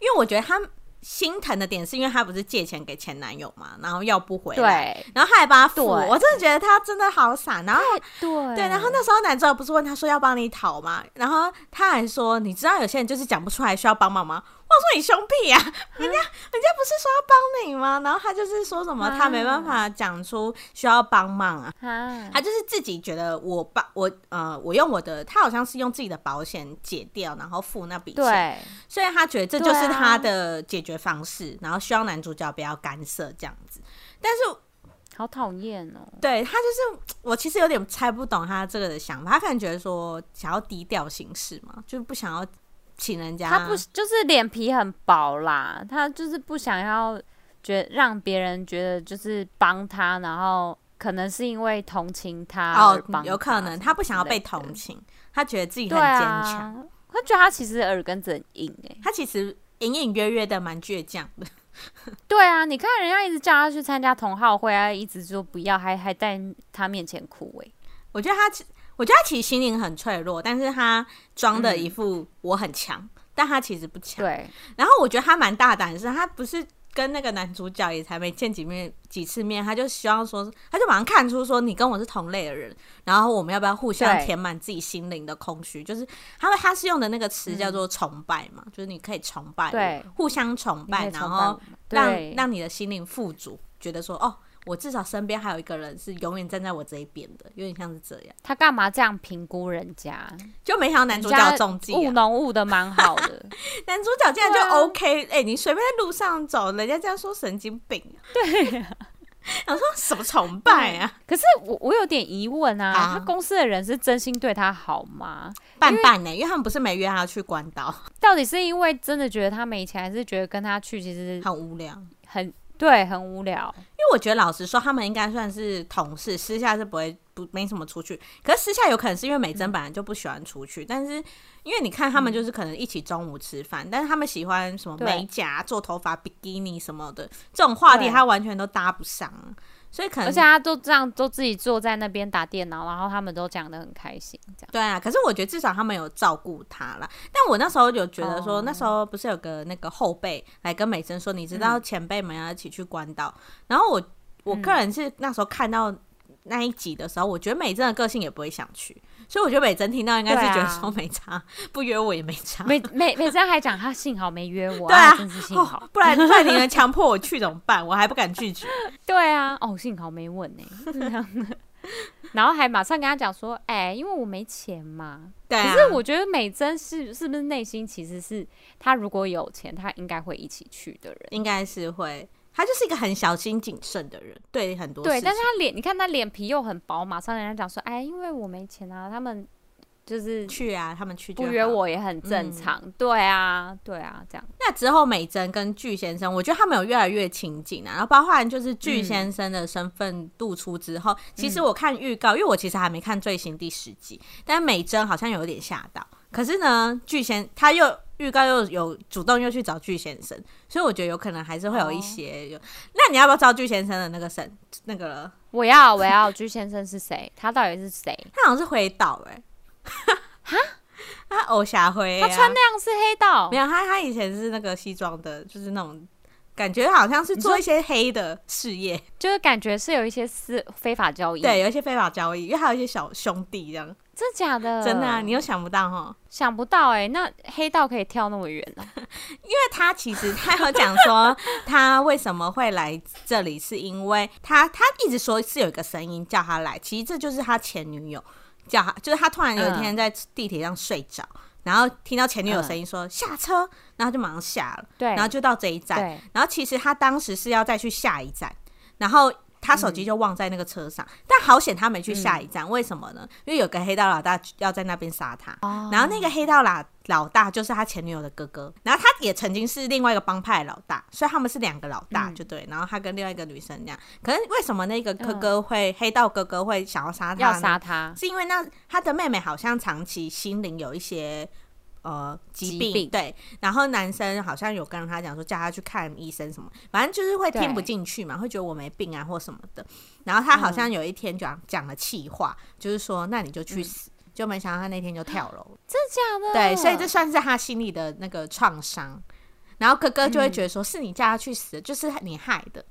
Speaker 2: 为我觉得她心疼的点是因为她不是借钱给前男友嘛，然后要不回来，
Speaker 1: 对
Speaker 2: 然后她还帮他付，
Speaker 1: 对
Speaker 2: 我真的觉得她真的好傻。然后
Speaker 1: 对
Speaker 2: 对，然后那时候男主角不是问他说要帮你讨吗？然后他还说，你知道有些人就是讲不出来需要帮忙吗？我说你凶屁呀、人家
Speaker 1: 嗯
Speaker 2: 人家不是说要帮你吗？然后他就是说什么他没办法
Speaker 1: 嗯
Speaker 2: 讲出需要帮忙啊。
Speaker 1: 啊，
Speaker 2: 他就是自己觉得我帮我呃，我用我的，他好像是用自己的保险解掉，然后付那笔钱，
Speaker 1: 对
Speaker 2: 所以他觉得这就
Speaker 1: 对
Speaker 2: 是
Speaker 1: 啊
Speaker 2: 他的解决方式，然后希望男主角不要干涉这样子。但是
Speaker 1: 好讨厌哦。
Speaker 2: 对他就是我其实有点猜不懂他这个的想法，他可能觉得说想要低调行事嘛，就是不想要请人家。
Speaker 1: 他不就是脸皮很薄啦，他就是不想要觉让别人觉得就是帮他，然后可能是因为同情他而帮他
Speaker 2: 哦，有可能
Speaker 1: 啊什么
Speaker 2: 他不想要
Speaker 1: 之类
Speaker 2: 被
Speaker 1: 的
Speaker 2: 同情，他觉得自己很
Speaker 1: 对
Speaker 2: 坚
Speaker 1: 啊
Speaker 2: 强，，
Speaker 1: 他觉得他其实耳根子很硬哎、
Speaker 2: 他其实隐隐约约的蛮倔强的。
Speaker 1: 对啊，你看人家一直叫他去参加同好会啊，一直说不要，还还在他面前哭哎、
Speaker 2: 我觉得他其，我觉得他其实心灵很脆弱，但是他装
Speaker 1: 嗯
Speaker 2: 的一副我很强，但他其实不强。
Speaker 1: 对，
Speaker 2: 然后我觉得他蛮大胆的是，他不是跟那个男主角也才没见几面几次面，他就希望说，他就马上看出说你跟我是同类的人，然后我们要不要互相
Speaker 1: 对
Speaker 2: 填满自己心灵的空虚？就是他他是用的那个词叫做崇拜嘛，就是你可以崇拜我，
Speaker 1: 对
Speaker 2: 互相崇
Speaker 1: 你可
Speaker 2: 拜，
Speaker 1: 以崇
Speaker 2: 然
Speaker 1: 拜我
Speaker 2: 后
Speaker 1: 们
Speaker 2: 让
Speaker 1: 对，
Speaker 2: 让你的心灵富足，觉得说哦。我至少身边还有一个人是永远站在我这一边的，有点像是这样。
Speaker 1: 他干嘛这样评估人家？
Speaker 2: 就没想到男
Speaker 1: 人
Speaker 2: 主
Speaker 1: 家
Speaker 2: 角中计、
Speaker 1: 务
Speaker 2: 啊，
Speaker 1: 农务的蛮好 <laughs> 的，
Speaker 2: 男主角竟然
Speaker 1: 对
Speaker 2: 就
Speaker 1: 啊
Speaker 2: OK，哎、你随便在路上走，人家这样说神经病、
Speaker 1: 啊
Speaker 2: 对、想说什么崇拜啊，
Speaker 1: 可是我我有点疑问啊，
Speaker 2: 啊
Speaker 1: 他公司的人是真心对他好吗？
Speaker 2: 半半欸呢、因为他们不是没约他去关岛，
Speaker 1: 到底是因为真的觉得他没钱，还是觉得跟他去其实
Speaker 2: 很无聊。因
Speaker 1: 很对很无聊？
Speaker 2: 为我觉得老实说，他们应该算是同事，私下是不会不没什么出去。可是私下有可能是因为美
Speaker 1: 嗯
Speaker 2: 珍本来就不喜欢出去，但是因为你看他们就是可能一起中午吃饭，但是他们喜欢什
Speaker 1: 嗯
Speaker 2: 么
Speaker 1: 对
Speaker 2: 美甲、做头发、比基尼什么的这种话题，
Speaker 1: 对
Speaker 2: 他完全都搭不上，所以可能
Speaker 1: 而且他都这样，都自己坐在那边打电脑，然后他们都讲得很开心，这
Speaker 2: <laughs>
Speaker 1: 样
Speaker 2: 对啊，可是我觉得至少他们有照顾他啦。但我那时候有觉得说，
Speaker 1: 哦
Speaker 2: 那时候不是有个那个后辈来跟美珍说，你知道前辈们要一起去关岛。然后我我个人是那时候看到那一集的时候，我觉得美珍的个性也不会想去，所以我觉得美珍听到应该
Speaker 1: 对
Speaker 2: 是
Speaker 1: 啊
Speaker 2: 觉得说没差，不约我也没
Speaker 1: <laughs>
Speaker 2: 差。
Speaker 1: 每每每次还讲他幸好没约我，
Speaker 2: 对啊
Speaker 1: 他真是幸好。
Speaker 2: 哦，不然不然你们强迫我去怎么办？我还不敢拒绝。
Speaker 1: 对啊，哦，幸好没问呢、是这样的 <laughs> 然后还马上跟他讲说，哎、因为我没钱嘛。
Speaker 2: 对啊，
Speaker 1: 可是我觉得美珍是是不是内心其实是她如果有钱，她应该会一起去的人。
Speaker 2: 应该是会，他就是一个很小心谨慎的人，对很多事
Speaker 1: 对，
Speaker 2: 情。
Speaker 1: 但是她脸，你看她脸皮又很薄，马上人家讲说，哎，因为我没钱啊，他们就是
Speaker 2: 去啊，他们嗯去就
Speaker 1: 不约
Speaker 2: 好
Speaker 1: 我也很正常。对啊，对啊，这样
Speaker 2: 那之后，美珍跟具先生，我觉得他们有越来越亲近啊。然后包括就是
Speaker 1: 嗯
Speaker 2: 具先生的身份露出之后，其实我看预告，因为我其实还没看最新第十集，但美珍好像有点吓到。可是呢，具先他又预告又有主动又去找具先生，所以我觉得有可能还是会
Speaker 1: 哦
Speaker 2: 有一些有。那你要不要知道具先生的那个身那个？
Speaker 1: 我要我要居先生是谁？他到底是谁？
Speaker 2: 他好像是回岛哎、哈， <laughs> 他偶像灰、啊，
Speaker 1: 他穿那样是黑道
Speaker 2: 没？有，他他以前是那个西装的，就是那种感觉好像是做一些黑的事业，
Speaker 1: 就是感觉是有一些私非法交易，
Speaker 2: 对，，有一些非法交易，因为还有一些小兄弟这样，
Speaker 1: 真假的？
Speaker 2: 真的、啊，你又想不到哈。
Speaker 1: 想不到哎、那黑道可以跳那么远啊呢、
Speaker 2: 因为他其实他有讲
Speaker 1: <laughs>
Speaker 2: 说他为什么会来这里，是因为他他一直说是有一个声音叫他来，其实这就是他前女友叫他，就是他突然有一
Speaker 1: 嗯
Speaker 2: 天在地铁上睡着。然后听到前女友声音说、下车，然后就马上下了，
Speaker 1: 对，
Speaker 2: 然后就到这一站，
Speaker 1: 对，
Speaker 2: 然后其实他当时是要再去下一站，然后他手
Speaker 1: 嗯
Speaker 2: 机就忘在那个车上，但好险他没去下一站，为什么呢？因为有个黑道老大要在那边杀他，
Speaker 1: 哦
Speaker 2: 然后那个黑道老老大就是他前女友的哥哥，然后他也曾经是另外一个帮派的老大，所以他们是两个老大
Speaker 1: 嗯
Speaker 2: 就对，然后他跟另外一个女生那样，可是为什么那个哥哥会、黑道哥哥会想要杀他
Speaker 1: 嗯要
Speaker 2: 呢？
Speaker 1: 杀他，
Speaker 2: 是因为那他的妹妹好像长期心灵有一些呃疾
Speaker 1: 疾
Speaker 2: 病，
Speaker 1: 病
Speaker 2: 对，然后男生好像有跟他讲说叫他去看医生什么，反正就是会听不
Speaker 1: 对
Speaker 2: 进去嘛，会觉得我没病啊或什么的。然后他好
Speaker 1: 嗯
Speaker 2: 像有一天讲讲了气话，就是说那你就去
Speaker 1: 嗯
Speaker 2: 死。就没想到他那天就跳
Speaker 1: <gasps>
Speaker 2: 楼，
Speaker 1: 真假的？
Speaker 2: 对，所以这算是他心里的那个创伤。然后哥哥就会
Speaker 1: 嗯
Speaker 2: 觉得说，是你叫他去死，就是你害的。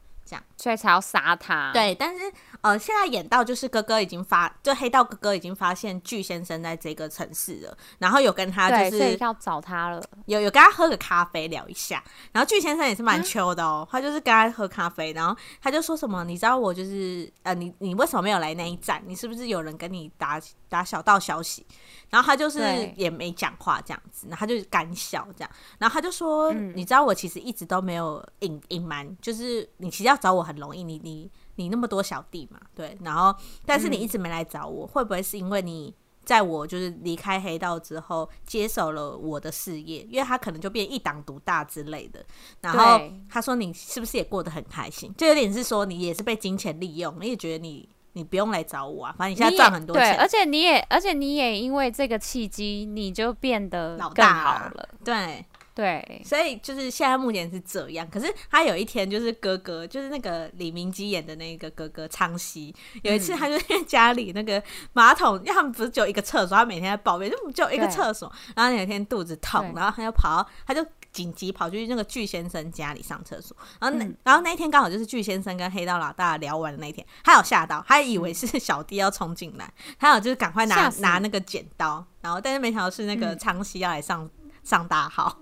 Speaker 1: 所以才要杀他，，
Speaker 2: 对，但是呃，现在演到就是哥哥已经发，就黑道哥哥已经发现巨先生在这个城市了，然后有跟他
Speaker 1: 对，
Speaker 2: 就
Speaker 1: 所以
Speaker 2: 是
Speaker 1: 要找他了，
Speaker 2: 有有跟他喝个咖啡聊一下，然后巨先生也是
Speaker 1: 啊
Speaker 2: 蛮秋的哦，他就是跟他喝咖啡，然后他就说什么，你知道我就是呃，你你为什么没有来那一站？你是不是有人跟你打打小道消息？然后他就是
Speaker 1: 对
Speaker 2: 也没讲话这样子，然后他就干笑这样，然后他就说，
Speaker 1: 嗯
Speaker 2: 你知道我其实一直都没有隐隐瞒，就是你其实要找我很容易，你你。你那么多小弟嘛，对，然后但是你一
Speaker 1: 嗯
Speaker 2: 直没来找我，会不会是因为你在我就是离开黑道之后，接手了我的事业，因为他可能就变一党独大之类的。然后
Speaker 1: 对
Speaker 2: 他说你是不是也过得很开心？就有点是说你也是被金钱利用，你也觉得你你不用来找我啊，反正你现
Speaker 1: 你也
Speaker 2: 在赚很多
Speaker 1: 对，而
Speaker 2: 钱，
Speaker 1: 且你也，而且你也因为这个契机，你就变得
Speaker 2: 老
Speaker 1: 更
Speaker 2: 大
Speaker 1: 好
Speaker 2: 啊
Speaker 1: 了。
Speaker 2: 对。 <laughs>
Speaker 1: 对，
Speaker 2: 所以就是现在目前是这样，可是他有一天就是哥哥，就是那个李明基演的那个哥哥昌熙，有
Speaker 1: 嗯
Speaker 2: 一次他就在家里那个马桶，因为他们不是只有一个厕所，他每天在抱怨，就只有一个
Speaker 1: 对
Speaker 2: 厕所，然后有一天肚子痛，
Speaker 1: 对
Speaker 2: 然后他就跑到，他就紧急跑去那个巨先生家里上厕所，然后那、
Speaker 1: 嗯
Speaker 2: 然后那一天刚好就是巨先生跟黑道老大聊完的那一天，他有吓到，他以为是小弟要冲进来，他有就是赶快拿
Speaker 1: 嗯吓死
Speaker 2: 拿那个剪刀，然后但是没想到是那个
Speaker 1: 嗯
Speaker 2: 昌熙要
Speaker 1: <laughs>
Speaker 2: 来上、上大号。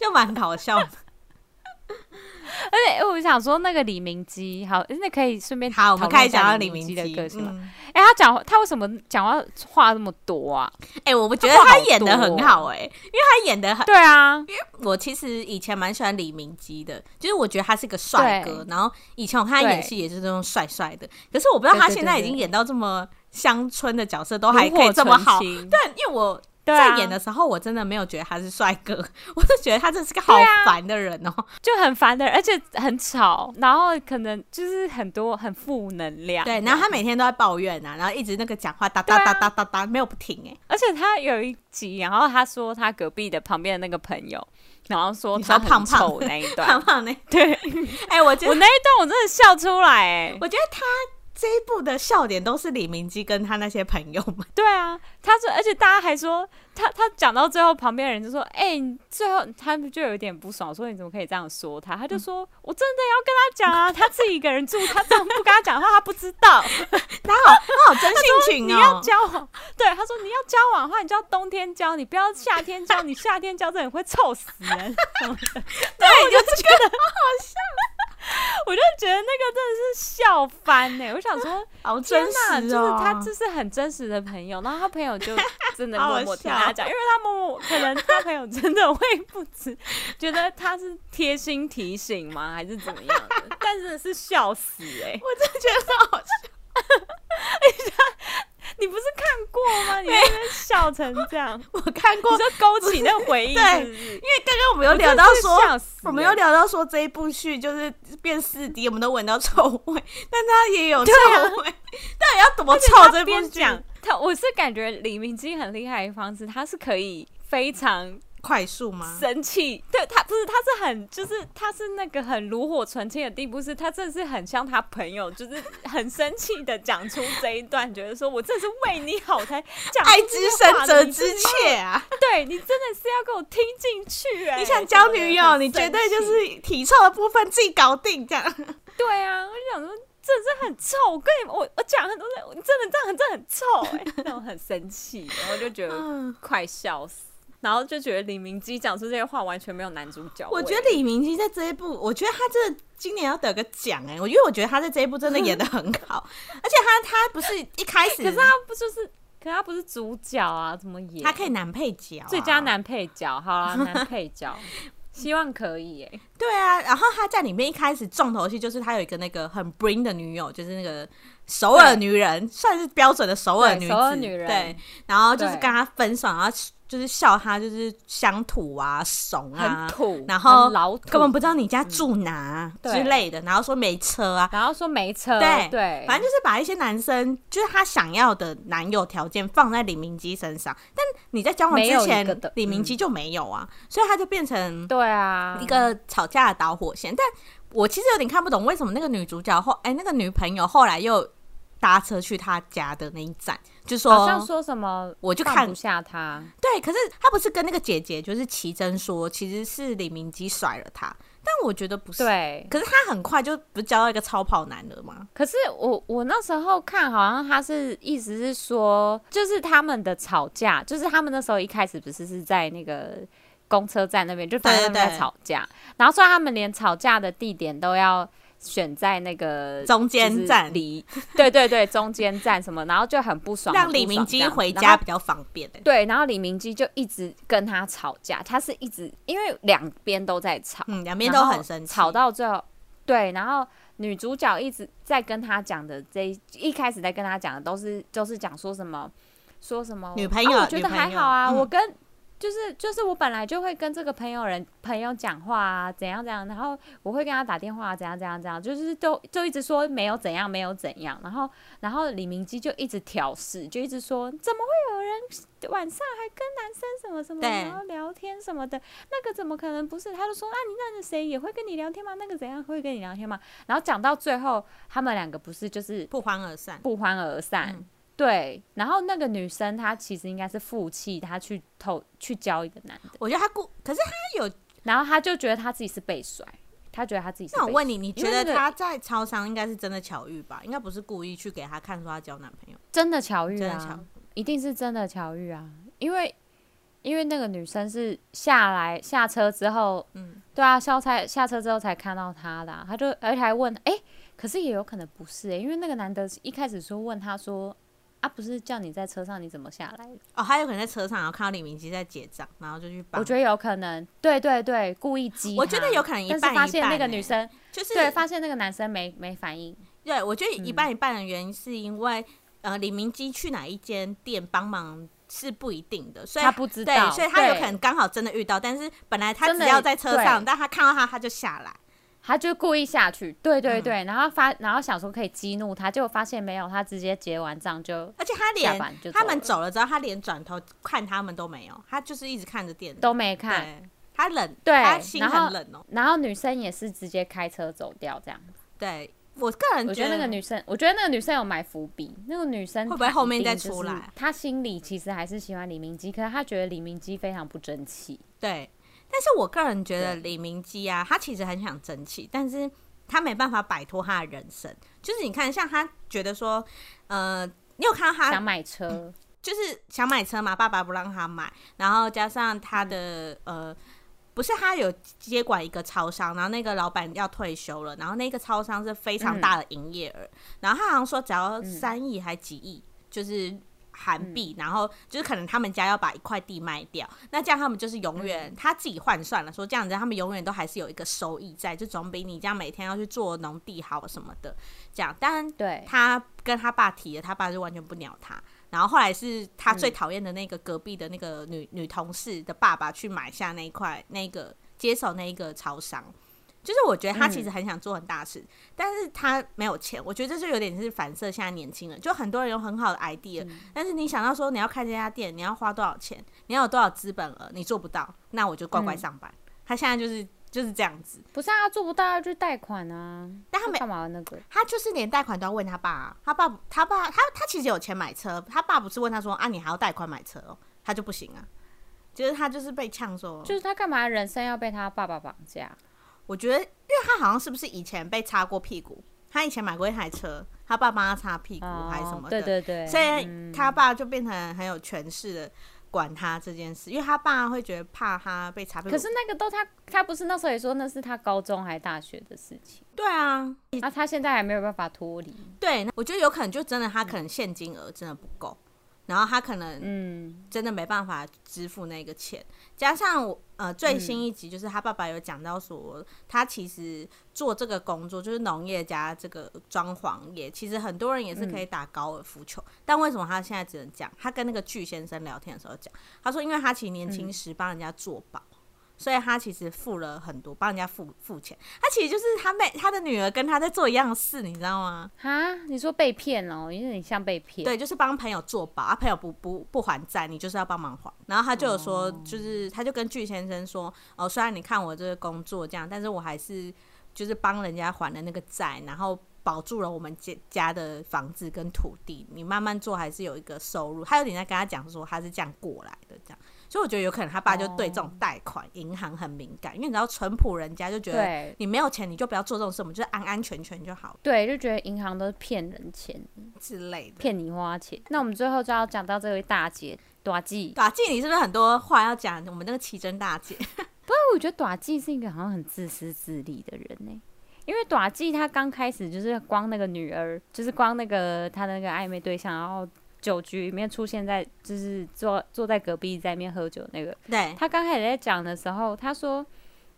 Speaker 2: 就蛮搞笑的。
Speaker 1: 而且哎我想说，那个李明基，好，那可以顺便
Speaker 2: 好，我们
Speaker 1: 讨论
Speaker 2: 开始
Speaker 1: 下
Speaker 2: 讲到李
Speaker 1: 李
Speaker 2: 明
Speaker 1: 明
Speaker 2: 基
Speaker 1: 的个性吗。
Speaker 2: 嗯
Speaker 1: 哎、他讲他为什么讲话话那么多啊？
Speaker 2: 哎、我不觉得
Speaker 1: 他话
Speaker 2: 他
Speaker 1: 好
Speaker 2: 演的
Speaker 1: 多
Speaker 2: 很
Speaker 1: 哦
Speaker 2: 好哎、因为他演的很。
Speaker 1: 对啊，
Speaker 2: 我其实以前蛮喜欢李明基的，就是我觉得他是个帅
Speaker 1: 对
Speaker 2: 哥，然后以前我看他演
Speaker 1: 对
Speaker 2: 戏也是那种帅帅的。可是我不知道
Speaker 1: 对
Speaker 2: 他
Speaker 1: 对
Speaker 2: 现
Speaker 1: 对
Speaker 2: 在已
Speaker 1: 对
Speaker 2: 经演到这么乡村的角色，都
Speaker 1: 如
Speaker 2: 还可以
Speaker 1: 获
Speaker 2: 这么
Speaker 1: 唇
Speaker 2: 好。
Speaker 1: 亲
Speaker 2: 但因为我
Speaker 1: 对啊
Speaker 2: 在演的时候，我真的没有觉得他是帅哥， <laughs> 我就觉得他真是个好
Speaker 1: 对啊
Speaker 2: 烦的人哦、
Speaker 1: 就很烦的，而且很吵，然后可能就是很多很负能量。
Speaker 2: 对，然后他每天都在抱怨啊，然后一直那个讲话哒
Speaker 1: 对
Speaker 2: 哒
Speaker 1: 啊
Speaker 2: 哒哒哒哒，没有不停哎、
Speaker 1: 而且他有一集，然后他说他隔壁的旁边的那个朋友，然后说
Speaker 2: 你
Speaker 1: 他
Speaker 2: 说
Speaker 1: 很
Speaker 2: 胖胖
Speaker 1: 丑那一
Speaker 2: <laughs>
Speaker 1: 段，
Speaker 2: 胖胖的。
Speaker 1: 对啊
Speaker 2: 哎、我觉得
Speaker 1: 我那一段我真的笑出来、哎，
Speaker 2: 我觉得他这一部的笑点都是李明基跟他那些朋友们，
Speaker 1: 对啊，他说，而且大家还说他他讲到最后，旁边的人就说，哎、你最后他们就有点不爽，说你怎么可以这样说他？他就说、我真的要跟他讲啊，他自己一个人住，他这样不跟他讲话，他不知 <laughs> 道。
Speaker 2: 他好他好真性
Speaker 1: 你
Speaker 2: 情
Speaker 1: 要
Speaker 2: 哦、
Speaker 1: 交往，对他说你要交往的话，你就要冬天交，你不要夏天交，你夏天交真的会臭死 <laughs> 人。对，我就觉得好笑， <laughs> 我就觉得那个真的是笑翻呢、欸我想说，
Speaker 2: 好
Speaker 1: 天
Speaker 2: 真
Speaker 1: 哪，就
Speaker 2: 实
Speaker 1: 是
Speaker 2: 哦、
Speaker 1: 他就是很真实的朋友，然后他朋友就
Speaker 2: <laughs>
Speaker 1: 真的
Speaker 2: 好
Speaker 1: 默
Speaker 2: 好
Speaker 1: 默听
Speaker 2: 笑
Speaker 1: 他讲，因为他默默可能他朋友真的会不知觉得他是贴心提醒吗，还是怎么样的？但真的是笑死哎、
Speaker 2: 我真的觉得好笑。
Speaker 1: 你不是看过吗？你在那边笑成这样，
Speaker 2: 我看过，
Speaker 1: 你
Speaker 2: 因
Speaker 1: 就勾起那回忆
Speaker 2: 对
Speaker 1: 是不是，
Speaker 2: 为刚刚我们有聊到说
Speaker 1: 我真的是笑死欸
Speaker 2: 我们有聊到说这一部剧就是变四 D，我们都闻到臭味，但他也有臭
Speaker 1: 啊
Speaker 2: 味，到底要怎么臭
Speaker 1: 而且
Speaker 2: 这
Speaker 1: 他
Speaker 2: 部
Speaker 1: 边
Speaker 2: 剧？
Speaker 1: 讲他，我是感觉李明基很厉害的方式，他是可以非常
Speaker 2: 快速吗？
Speaker 1: 生气，对他不是，他是很就是他是那个很炉火纯青的地步，是他真的是很像他朋友，就是很生气的讲出这一段，觉得说我真的是为你好才讲出
Speaker 2: 爱
Speaker 1: 这
Speaker 2: 之
Speaker 1: 些
Speaker 2: 深
Speaker 1: 话的
Speaker 2: 责
Speaker 1: 你
Speaker 2: 之
Speaker 1: 真的
Speaker 2: 切啊！
Speaker 1: 对你真的是要给我听进去、哎
Speaker 2: 你想交女
Speaker 1: 什么
Speaker 2: 友，
Speaker 1: 的
Speaker 2: 你绝
Speaker 1: 很
Speaker 2: 对就
Speaker 1: 生气
Speaker 2: 是体臭的部分自己搞定这样。
Speaker 1: 对啊，我就想说，真的是很臭。我跟你们，我我讲很多人，我真的这样很真的很臭哎、欸，那我很生气，然后就觉得
Speaker 2: 嗯
Speaker 1: 快笑死，然后就觉得李明基讲出这些话完全没有男主角味。
Speaker 2: <laughs> 我觉得李明基在这一部，我觉得他这今年要得个奖哎、我因为我觉得他在这一部真的演的很 <laughs> 好，而且他他不是一开始，
Speaker 1: 可是他不就是，可他不是主角啊，怎么演？
Speaker 2: 他可以啊男配角、啊
Speaker 1: 最佳。男配角，好啦，男配
Speaker 2: <laughs>
Speaker 1: 角，希望可以哎、
Speaker 2: 对啊，然后他在里面一开始重头戏就是他有一个那个很 bring 的女友，就是那个首尔女人，算是标准的首尔女
Speaker 1: 对
Speaker 2: 子
Speaker 1: 首尔女人
Speaker 2: 对，然后就是
Speaker 1: 对
Speaker 2: 跟他分手，然后就是笑他就是乡土啊、怂
Speaker 1: 很，
Speaker 2: 啊
Speaker 1: 土，
Speaker 2: 然后
Speaker 1: 很老土，
Speaker 2: 根本不知道你家住哪啊、
Speaker 1: 对
Speaker 2: 之类的，然后说没车啊，
Speaker 1: 然后说没车，
Speaker 2: 对
Speaker 1: 对，
Speaker 2: 反正就是把一些男生，就是他想要的男友条件放在李明基身上，但你在交往之
Speaker 1: 没有一个
Speaker 2: 前
Speaker 1: 的，嗯
Speaker 2: 李明基就没有啊，所以他就变成
Speaker 1: 对啊，
Speaker 2: 一个吵架的导火线。但我其实有点看不懂，为什么那个女主角后，哎、那个女朋友后来又搭车去他家的那一站，就说
Speaker 1: 好像说什么，
Speaker 2: 我就
Speaker 1: 放
Speaker 2: 看
Speaker 1: 不下他，
Speaker 2: 对，可是他不是跟那个姐姐就是奇珍说，其实是李明基甩了他，但我觉得不是。
Speaker 1: 对，
Speaker 2: 可是他很快就不是交到一个超跑男了吗？
Speaker 1: 可是我我那时候看，好像他是意思是说，就是他们的吵架，就是他们那时候一开始不是是在那个公车站那边，就反正他
Speaker 2: 对对
Speaker 1: 们在吵架，然后所以他们连吵架的地点都要选在那个
Speaker 2: 中
Speaker 1: 就
Speaker 2: 间
Speaker 1: 是
Speaker 2: 站
Speaker 1: 离，对对对，中间站什么，然后就很不爽，
Speaker 2: 让
Speaker 1: 很不
Speaker 2: 李明
Speaker 1: 爽这
Speaker 2: 基
Speaker 1: 样子
Speaker 2: 回
Speaker 1: 然
Speaker 2: 家
Speaker 1: 后
Speaker 2: 比较方便、欸
Speaker 1: 对，然后李明基就一直跟他吵架，他是一直因为两边都在吵，
Speaker 2: 嗯，两边
Speaker 1: 然
Speaker 2: 都
Speaker 1: 后
Speaker 2: 很生气，
Speaker 1: 吵到最后，对，然后女主角一直在跟他讲的这一一开始在跟他讲的都是就是讲说什么说什么
Speaker 2: 女朋友
Speaker 1: 啊我觉得
Speaker 2: 女朋友
Speaker 1: 还好啊，
Speaker 2: 嗯
Speaker 1: 我跟。就是就是我本来就会跟这个朋友人朋友讲话啊，怎样怎样，然后我会跟他打电话、啊，怎样怎样怎样，就是都就一直说没有怎样没有怎样，然后然后李明基就一直挑事，就一直说怎么会有人晚上还跟男生什么什么，
Speaker 2: 对
Speaker 1: 然后聊天什么的，那个怎么可能不是？他就说啊，你那是谁也会跟你聊天吗？那个怎样会跟你聊天吗？然后讲到最后，他们两个不是就是
Speaker 2: 不欢而散。
Speaker 1: 不欢而散。
Speaker 2: 嗯
Speaker 1: 对，然后那个女生她其实应该是负气，她去偷去交一个男的，
Speaker 2: 我觉得他故，可是他有。
Speaker 1: 然后她就觉得她自己是被甩，她觉得她自己是被
Speaker 2: 那
Speaker 1: 甩。
Speaker 2: 我问你，你
Speaker 1: 因
Speaker 2: 觉
Speaker 1: 为
Speaker 2: 得
Speaker 1: 那个
Speaker 2: 他在超商应该是真的巧遇吧？应该不是故意去给他看说他交男朋友，
Speaker 1: 真的巧遇
Speaker 2: 真的巧
Speaker 1: 啊，。一定是真的巧遇啊，因为因为那个女生是下来下车之后，
Speaker 2: 嗯，
Speaker 1: 对啊，下菜下车之后才看到他的啊、他就而且还问，哎、可是也有可能不是、欸，因为那个男的一开始说问他说，啊，不是叫你在车上，你怎么下来的？
Speaker 2: 哦，他有可能在车上，然后看到李明基在结账，然后就去帮。
Speaker 1: 我觉得有可能，对对对，故意激他，
Speaker 2: 我觉得有可能一
Speaker 1: 但
Speaker 2: 半一
Speaker 1: 是
Speaker 2: 半、欸。
Speaker 1: 发现那个女生，
Speaker 2: 就是
Speaker 1: 对，发嗯现那个男生没没反应，
Speaker 2: 对，我觉得一半一半的原因是因为、呃，李明基去哪一间店帮忙是不一定的，所以
Speaker 1: 他不知
Speaker 2: 对，
Speaker 1: 道，
Speaker 2: 所以他有
Speaker 1: 对
Speaker 2: 可能刚好真的遇到，但是本来他
Speaker 1: 真
Speaker 2: 只
Speaker 1: 的
Speaker 2: 要在车上，
Speaker 1: 对
Speaker 2: 但他看到他他就下来，
Speaker 1: 他就故意下去，对对
Speaker 2: 嗯
Speaker 1: 对，然后发，然后想说可以激怒他，结果发现没有，他直接结完账就
Speaker 2: 而且
Speaker 1: 下
Speaker 2: 他连
Speaker 1: 班就
Speaker 2: 他们
Speaker 1: 走了
Speaker 2: 走了之后，他连转头看他们都没有，他就是一直看着店里
Speaker 1: 都没看，
Speaker 2: 对，他冷，
Speaker 1: 对
Speaker 2: 他心
Speaker 1: 然后
Speaker 2: 很冷哦、
Speaker 1: 然后女生也是直接开车走掉这样。
Speaker 2: 对我个人
Speaker 1: 我觉得那个女生，我觉得那个女生有埋伏笔，那个女生
Speaker 2: 会不会
Speaker 1: 她
Speaker 2: 后
Speaker 1: 一
Speaker 2: 面
Speaker 1: 定
Speaker 2: 再
Speaker 1: 就
Speaker 2: 出
Speaker 1: 是
Speaker 2: 来？
Speaker 1: 她心里其实还是喜欢李明基，可是她觉得李明基非常不争气。
Speaker 2: 对，但是我个人觉得李明基啊，他其实很想争气，但是他没办法摆脱他的人生。就是你看，像他觉得说，呃，你有看到他
Speaker 1: 想买车，
Speaker 2: 就是想买车嘛，爸爸不让他买，然后加上他的、呃，不是他有接管一个超商，然后那个老板要退休了，然后那个超商是非常大的营业额，然后他好像说只要三亿还几亿，就是。韩币，然后就是可能他们家要把一块地卖掉，那这样他们就是永远、他自己换算了，说这样子他们永远都还是有一个收益在，就总比你这样每天要去做农地好什么的这样。当然，
Speaker 1: 对，
Speaker 2: 他跟他爸提了，他爸就完全不鸟他。然后后来是他最讨厌的那个隔壁的那个女、女同事的爸爸去买下那一块那个接手那一个超商，就是我觉得他其实很想做很大事，但是他没有钱。我觉得这就有点是反射现在年轻人，就很多人有很好的 idea，、但是你想到说你要开这家店，你要花多少钱，你要有多少资本额，你做不到，那我就乖乖上班。他现在就是就是这样子，
Speaker 1: 不是啊，做不到要去贷款啊，
Speaker 2: 但他
Speaker 1: 那
Speaker 2: 没哦
Speaker 1: 干嘛那个？
Speaker 2: 他就是连贷款都要问他爸、啊，他爸他爸他他其实有钱买车，他爸不是问他说啊你还要贷款买车哦，他就不行啊，就是他就是被呛说，
Speaker 1: 就是他干嘛人生要被他爸爸绑架？
Speaker 2: 我觉得因为他好像是不是以前被擦过屁股，他以前买过一台车，他爸帮他擦屁股哦还是什么的，
Speaker 1: 哦对啊对对，嗯
Speaker 2: 所以他爸就变成很有权势的管他这件事，因为他爸会觉得怕他被擦屁股，
Speaker 1: 可是那个都他他不是那时候也说那是他高中还大学的事情，
Speaker 2: 对啊，
Speaker 1: 那他现在还没有办法脱离。
Speaker 2: 对，那我觉得有可能就真的他可能现金额真的不够，然后他可能
Speaker 1: 嗯，
Speaker 2: 真的没办法支付那个钱。加上我呃最新一集就是他爸爸有讲到说，他其实做这个工作就是农业加这个装潢业，其实很多人也是可以打高尔夫球，但为什么他现在只能讲？他跟那个巨先生聊天的时候讲，他说因为他其实年轻时帮人家做保。所以他其实付了很多，帮人家付付钱。他其实就是他妹，他的女儿跟他在做一样的事，你知道吗？
Speaker 1: 哈，你说被骗哦，因为你像被骗。
Speaker 2: 对，就是帮朋友做保，啊，朋友不不不还债，你就是要帮忙还。然后他就有说，就是他就跟巨先生说，哦，虽然你看我这个工作这样，但是我还是就是帮人家还了那个债，然后保住了我们家家的房子跟土地。你慢慢做还是有一个收入。他有点在跟他讲说他是这样过来的这样，所以我觉得有可能他爸就对这种贷款银行很敏感，因为你知道淳朴人家就觉得
Speaker 1: 对
Speaker 2: 你没有钱你就不要做这种事，我们就是安安全全就好
Speaker 1: 对，就觉得银行都是骗人钱，
Speaker 2: 之类的。
Speaker 1: 骗你花钱。那我们最后就要讲到这位大姐短记，
Speaker 2: 打进啊你是不是很多话要讲？我们那个奇珍大姐， <laughs>
Speaker 1: 但我觉得短记是一个好像很自私自利的人呢、因为短记她刚开始就是光那个女儿，就是光那个她那个暧昧对象，然后酒局里面出现在就是坐坐在隔壁在面喝酒那个，
Speaker 2: 对
Speaker 1: 他刚开始在讲的时候，他说。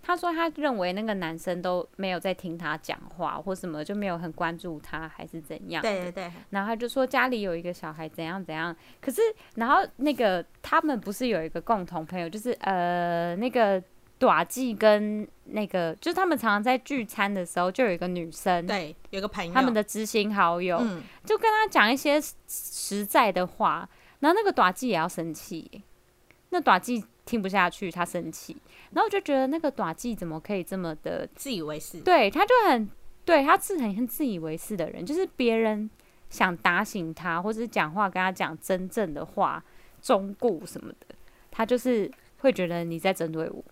Speaker 1: 他说他认为那个男生都没有在听他讲话或什么，就没有很关注他，还是怎样。
Speaker 2: 对对对，
Speaker 1: 然后他就说家里有一个小孩怎样怎样，可是然后那个他们不是有一个共同朋友，就是呃那个短季跟那个，就是他们常常在聚餐的时候，就有一个女生，
Speaker 2: 对，有个朋友，
Speaker 1: 他们的知心好友，
Speaker 2: 嗯，
Speaker 1: 就跟他讲一些实实在的话，然后那个短季也要生气耶，那短季听不下去，他生气，然后我就觉得那个短季怎么可以这么的
Speaker 2: 自以为是，
Speaker 1: 对，他就很对，他是很很自以为是的人，就是别人想打醒他，或者是讲话跟他讲真正的话、忠固什么的，他就是会觉得你在针对我。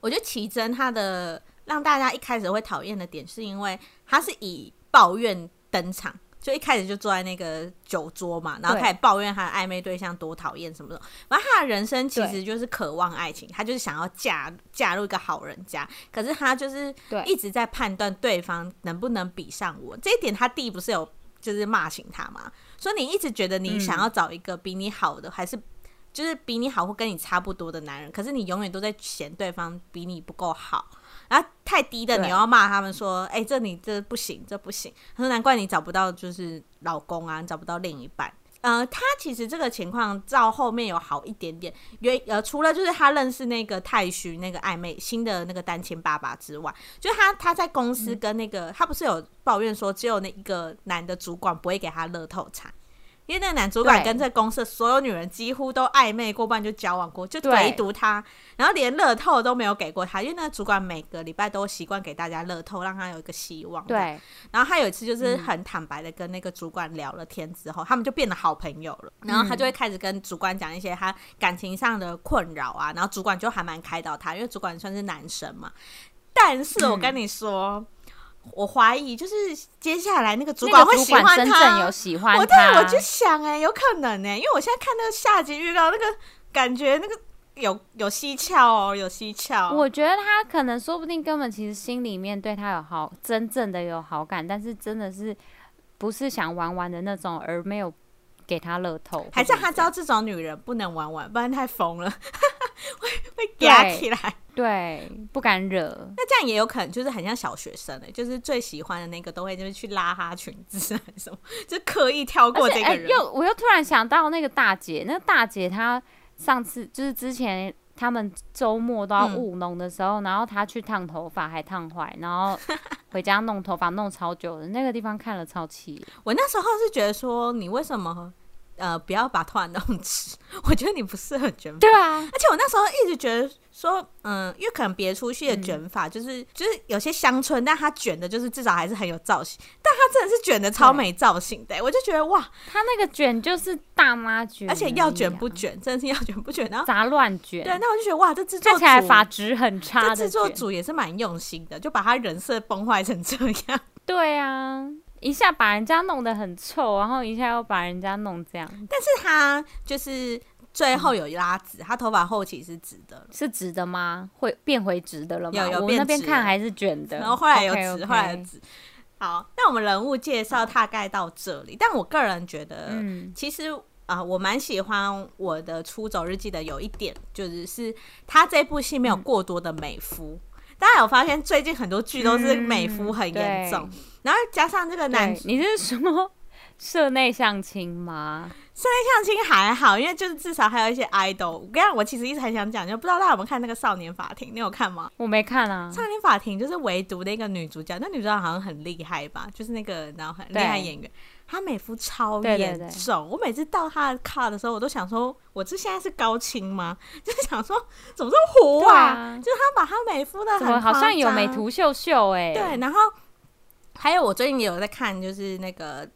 Speaker 2: 我觉得奇珍她的让大家一开始会讨厌的点，是因为她是以抱怨登场，就一开始就坐在那个酒桌嘛，然后
Speaker 1: 对
Speaker 2: 开始抱怨她的暧昧对象多讨厌什么的。然后她的人生其
Speaker 1: 对
Speaker 2: 实就是渴望爱情，她就是想要嫁嫁入一个好人家，可是她就是
Speaker 1: 对
Speaker 2: 一直在判断对方能不能比上我。这一点，她弟不是有就是骂醒她嘛，所以你一直觉得你想要找一个比你好的，还是就是比你好或跟你差不多的男人，可是你永远都在嫌对方比你不够好，然后太低的
Speaker 1: 对
Speaker 2: 你又要骂他们说，哎、这你这不行，这不行。他说难怪你找不到就是老公啊，你找不到另一半。呃，他其实这个情况到后面有好一点点，原呃除了就是他认识那个太虚那个暧昧新的那个单亲爸爸之外，就是他他在公
Speaker 1: 嗯
Speaker 2: 司跟那个、他不是有抱怨说只有那一个男的主管不会给他乐透彩，因为那个男主管
Speaker 1: 对
Speaker 2: 跟这公司的所有女人几乎都暧昧过，不然就交往过，就
Speaker 1: 对
Speaker 2: 唯独他，然后连乐透都没有给过他，因为那个主管每个礼拜都习惯给大家乐透，让他有一个希望。，
Speaker 1: 对，
Speaker 2: 然后他有一
Speaker 1: 嗯
Speaker 2: 次就是很坦白的跟那个主管聊了天之后，他们就变得好朋友了。然后他就会开始跟主管讲一些他感情上的困扰啊，然后主管就还蛮开导他，因为主管算是男生嘛。但是我跟你说，我怀疑就是接下来那个主管
Speaker 1: 那
Speaker 2: 会
Speaker 1: 个主
Speaker 2: 喜欢
Speaker 1: 管
Speaker 2: 他，
Speaker 1: 真正有喜欢
Speaker 2: 我对
Speaker 1: 他，
Speaker 2: 我就想哎、有可能哎、因为我现在看那个下集预告，那个感觉那个有有蹊跷哦，有蹊跷。
Speaker 1: 我觉得他可能说不定根本其实心里面对他有好真正的有好感，但是真的是不是想玩玩的那种，而没有给他乐透，
Speaker 2: 还是
Speaker 1: 或者
Speaker 2: 他知道这种女人不能玩玩，不然太疯了， <laughs> 会会
Speaker 1: 对
Speaker 2: 嗲起来。
Speaker 1: 对不敢惹，
Speaker 2: 那这样也有可能就是很像小学生哎、就是最喜欢的那个都会就是去拉她裙子还是什么，就刻意跳过
Speaker 1: 而
Speaker 2: 这
Speaker 1: 且，
Speaker 2: 个
Speaker 1: 哎，
Speaker 2: 人。
Speaker 1: 又我又突然想到那个大姐，那个大姐她上次就是之前他们周末都要
Speaker 2: 嗯
Speaker 1: 务农的时候，然后她去烫头发还烫坏，然
Speaker 2: <laughs>
Speaker 1: 后回家弄头发弄超久的，那个地方看了超气。
Speaker 2: 我那时候是觉得说，你为什么呃不要把头发弄直？我觉得你不适合卷发。
Speaker 1: 对啊，
Speaker 2: 而且我那时候一直觉得说，嗯，因为可能别出去的
Speaker 1: 嗯
Speaker 2: 卷发就是、就是有些乡村，但他卷的就是至少还是很有造型，但他真的是卷的超没造型的、我就觉得哇，
Speaker 1: 她那个卷就是大妈卷、啊
Speaker 2: 而且要卷
Speaker 1: 嗯
Speaker 2: 不，卷，真的是要卷不卷，然
Speaker 1: <laughs>
Speaker 2: 后
Speaker 1: 杂乱卷，
Speaker 2: 对，那我就觉得哇，这制作
Speaker 1: 看起来
Speaker 2: 组
Speaker 1: 发质很差
Speaker 2: 这
Speaker 1: 的
Speaker 2: 制作
Speaker 1: 卷
Speaker 2: 组也是蛮用心的，就把他人设崩坏成这样。 <laughs>
Speaker 1: 对啊，一下把人家弄得很臭，然后一下又把人家弄这样，
Speaker 2: 但是他就是最后有拉直，他头发后期是直的了。
Speaker 1: 是直的吗？会变回直的了吗？
Speaker 2: 有有
Speaker 1: 我
Speaker 2: 变
Speaker 1: 那边
Speaker 2: 直
Speaker 1: 看
Speaker 2: 了
Speaker 1: 还是卷的。
Speaker 2: 然后后来有
Speaker 1: OK，OK
Speaker 2: 纸，后来有纸。好，那我们人物介绍大概到这里，但我个人觉得，
Speaker 1: 嗯
Speaker 2: 其实啊、我蛮喜欢我的《出走日记》的有一点，就是是他这部戏没有过多的美肤。大家有发现最近很多剧都是美肤很严重，
Speaker 1: 嗯
Speaker 2: 然后加上这个男
Speaker 1: 对，
Speaker 2: 主
Speaker 1: 你是说 <laughs> 社内相亲吗？
Speaker 2: 相亲还好，因为就是至少还有一些 idol。我跟你讲，我其实一直很想讲，就不知道大家有没有看那个《少年法庭》，你有看吗？
Speaker 1: 我没看啊，
Speaker 2: 《少年法庭》就是唯独那个女主角，那女主角好像很厉害吧，就是那个然后很厉害
Speaker 1: 对
Speaker 2: 演员，她美肤超
Speaker 1: 对对
Speaker 2: 严
Speaker 1: 对
Speaker 2: 重。我每次到她的 card 的时候，我都想说，我这现在是高
Speaker 1: <laughs>
Speaker 2: 清吗？就是想说怎么这么糊
Speaker 1: 对
Speaker 2: 啊？
Speaker 1: 啊
Speaker 2: 就是她把她美肤的
Speaker 1: 怎
Speaker 2: 很
Speaker 1: 么好
Speaker 2: 夸
Speaker 1: 像有
Speaker 2: 张
Speaker 1: 美图秀秀哎、
Speaker 2: 对，然后还有我最近也有在看，就是那个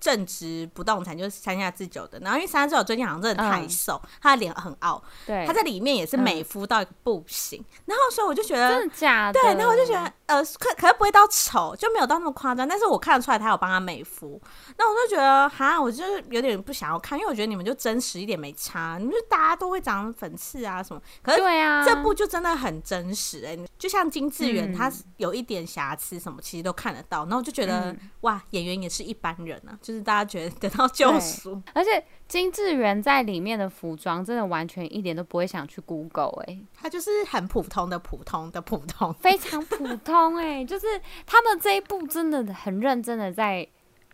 Speaker 2: 正值不动产，就是山下智久的。然后因为山下智久最近好像真的太
Speaker 1: 嗯
Speaker 2: 瘦，她的脸很凹，
Speaker 1: 对
Speaker 2: 她在里面也是美肤到一个不行。然后所以我就觉得
Speaker 1: 真的假的？
Speaker 2: 对，然后我就觉得，呃，可可是不会到丑，就没有到那么夸张，但是我看得出来他有帮他美肤，那我就觉得，哈，我就是有点不想要看，因为我觉得你们就真实一点没差，你们就大家都会长粉刺啊什么，可是
Speaker 1: 对啊，
Speaker 2: 这部就真的很真实哎、你就像金智媛，
Speaker 1: 嗯
Speaker 2: 她有一点瑕疵什么，其实都看得到，然后我就觉得，
Speaker 1: 嗯
Speaker 2: 哇，演员也是一般人啊，就是就是大家觉得得到救赎。
Speaker 1: 而且金智媛在里面的服装真的完全一点都不会想去 Google 哎、
Speaker 2: 它就是很普通的普通的普通， <laughs>
Speaker 1: 非常普通哎、 <laughs> 就是他们这一部真的很认真的在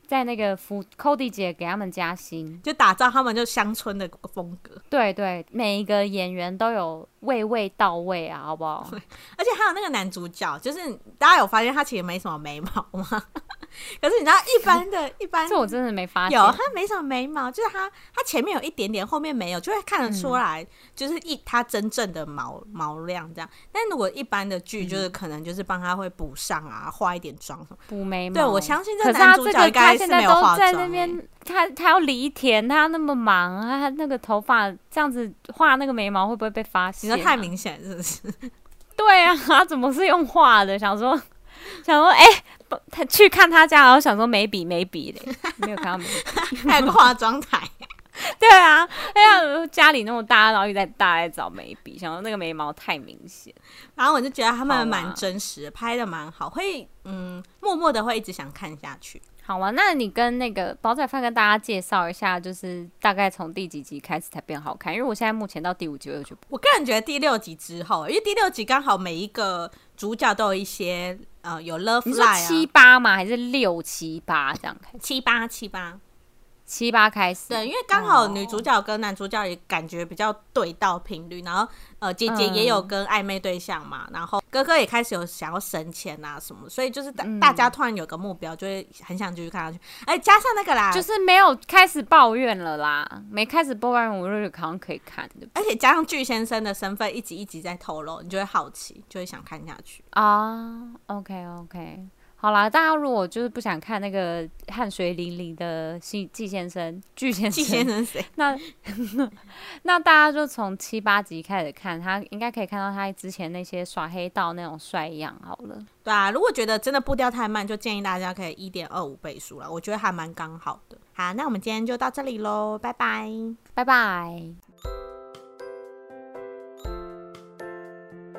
Speaker 1: 在那个服 Cody 姐给他们加薪，
Speaker 2: 就打造他们就乡村的风格。
Speaker 1: 对对，每一个演员都有位位到位啊，好不
Speaker 2: <laughs>
Speaker 1: 好？
Speaker 2: 而且还有那个男主角，就是大家有发现他其实没什么眉毛吗？ <laughs> 可是你知道一般的，一般
Speaker 1: 这我真的没发现
Speaker 2: 有，他没什么眉毛，就是他他前面有一点点，后面没有，就会看得出
Speaker 1: 嗯
Speaker 2: 来，就是一他真正的毛毛量这样。但如果一般的剧，就是可能就是帮他会补上啊，化一点妆什么。
Speaker 1: 补嗯眉毛。
Speaker 2: 对我相信这
Speaker 1: 可是
Speaker 2: 男
Speaker 1: 他
Speaker 2: 主
Speaker 1: 这
Speaker 2: 角
Speaker 1: 个
Speaker 2: 应该
Speaker 1: 他
Speaker 2: 是
Speaker 1: 现
Speaker 2: 没
Speaker 1: 在
Speaker 2: 有
Speaker 1: 都
Speaker 2: 化妆、
Speaker 1: 在
Speaker 2: 欸
Speaker 1: 那边，他他要犁田，他那么忙，他那个头发这样子画那个眉毛会不会被发
Speaker 2: 你
Speaker 1: 现、啊？
Speaker 2: 说太明显是不是？
Speaker 1: 对啊，他怎么是用画的？想说想说，哎、不他去看他家，然后想说眉笔眉笔嘞，没有看到眉笔。 <laughs>
Speaker 2: 还有个化妆台，
Speaker 1: 对啊，哎呀，家里那么大，然后又在大家在找眉笔，想说那个眉毛太明显。
Speaker 2: 然后我就
Speaker 1: <laughs>
Speaker 2: 觉得他
Speaker 1: 好
Speaker 2: 们
Speaker 1: 啊
Speaker 2: 蛮真实的，拍的蛮好，会嗯，默默的会一直想看下去。
Speaker 1: 好啊，那你跟那个煲仔饭跟大家介绍一下，就是大概从第几集开始才变好看？因为我现在目前到第五集，我就觉得
Speaker 2: 我个人觉得第六集之后，因为第六集刚好每一个主角都有一些呃有 love
Speaker 1: 你说
Speaker 2: line 啊，
Speaker 1: 七八嘛，还是六七八哦这样开始？
Speaker 2: 七八七八，
Speaker 1: 七八开始，
Speaker 2: 对，因为刚好女主角跟男主角也感觉比较对到频率，然后呃姐姐也有跟暧昧对象嘛，然后哥哥也开始有想要升迁啊什么，所以就是大、
Speaker 1: 嗯
Speaker 2: 大家突然有个目标，就会很想继续看下去，哎，加上那个啦，
Speaker 1: 就是没有开始抱怨了啦，没开始抱怨，我就觉得好像可以看的
Speaker 2: 而且加上巨先生的身份一集一集在透露，你就会好奇，就会想看下
Speaker 1: <laughs>
Speaker 2: 去。
Speaker 1: 啊。OK OK，好啦，大家如果就是不想看那个汗水淋漓的季季先生、巨先
Speaker 2: 季
Speaker 1: 生，
Speaker 2: 先生是谁？
Speaker 1: 那那大家就从七八集开始看，他应该可以看到他之前那些耍黑道那种帅样好了。
Speaker 2: 对啊，如果觉得真的步调太慢，就建议大家可以一点二五倍速了，我觉得还蛮刚好的。好，那我们今天就到这里喽，拜拜。
Speaker 1: 拜拜。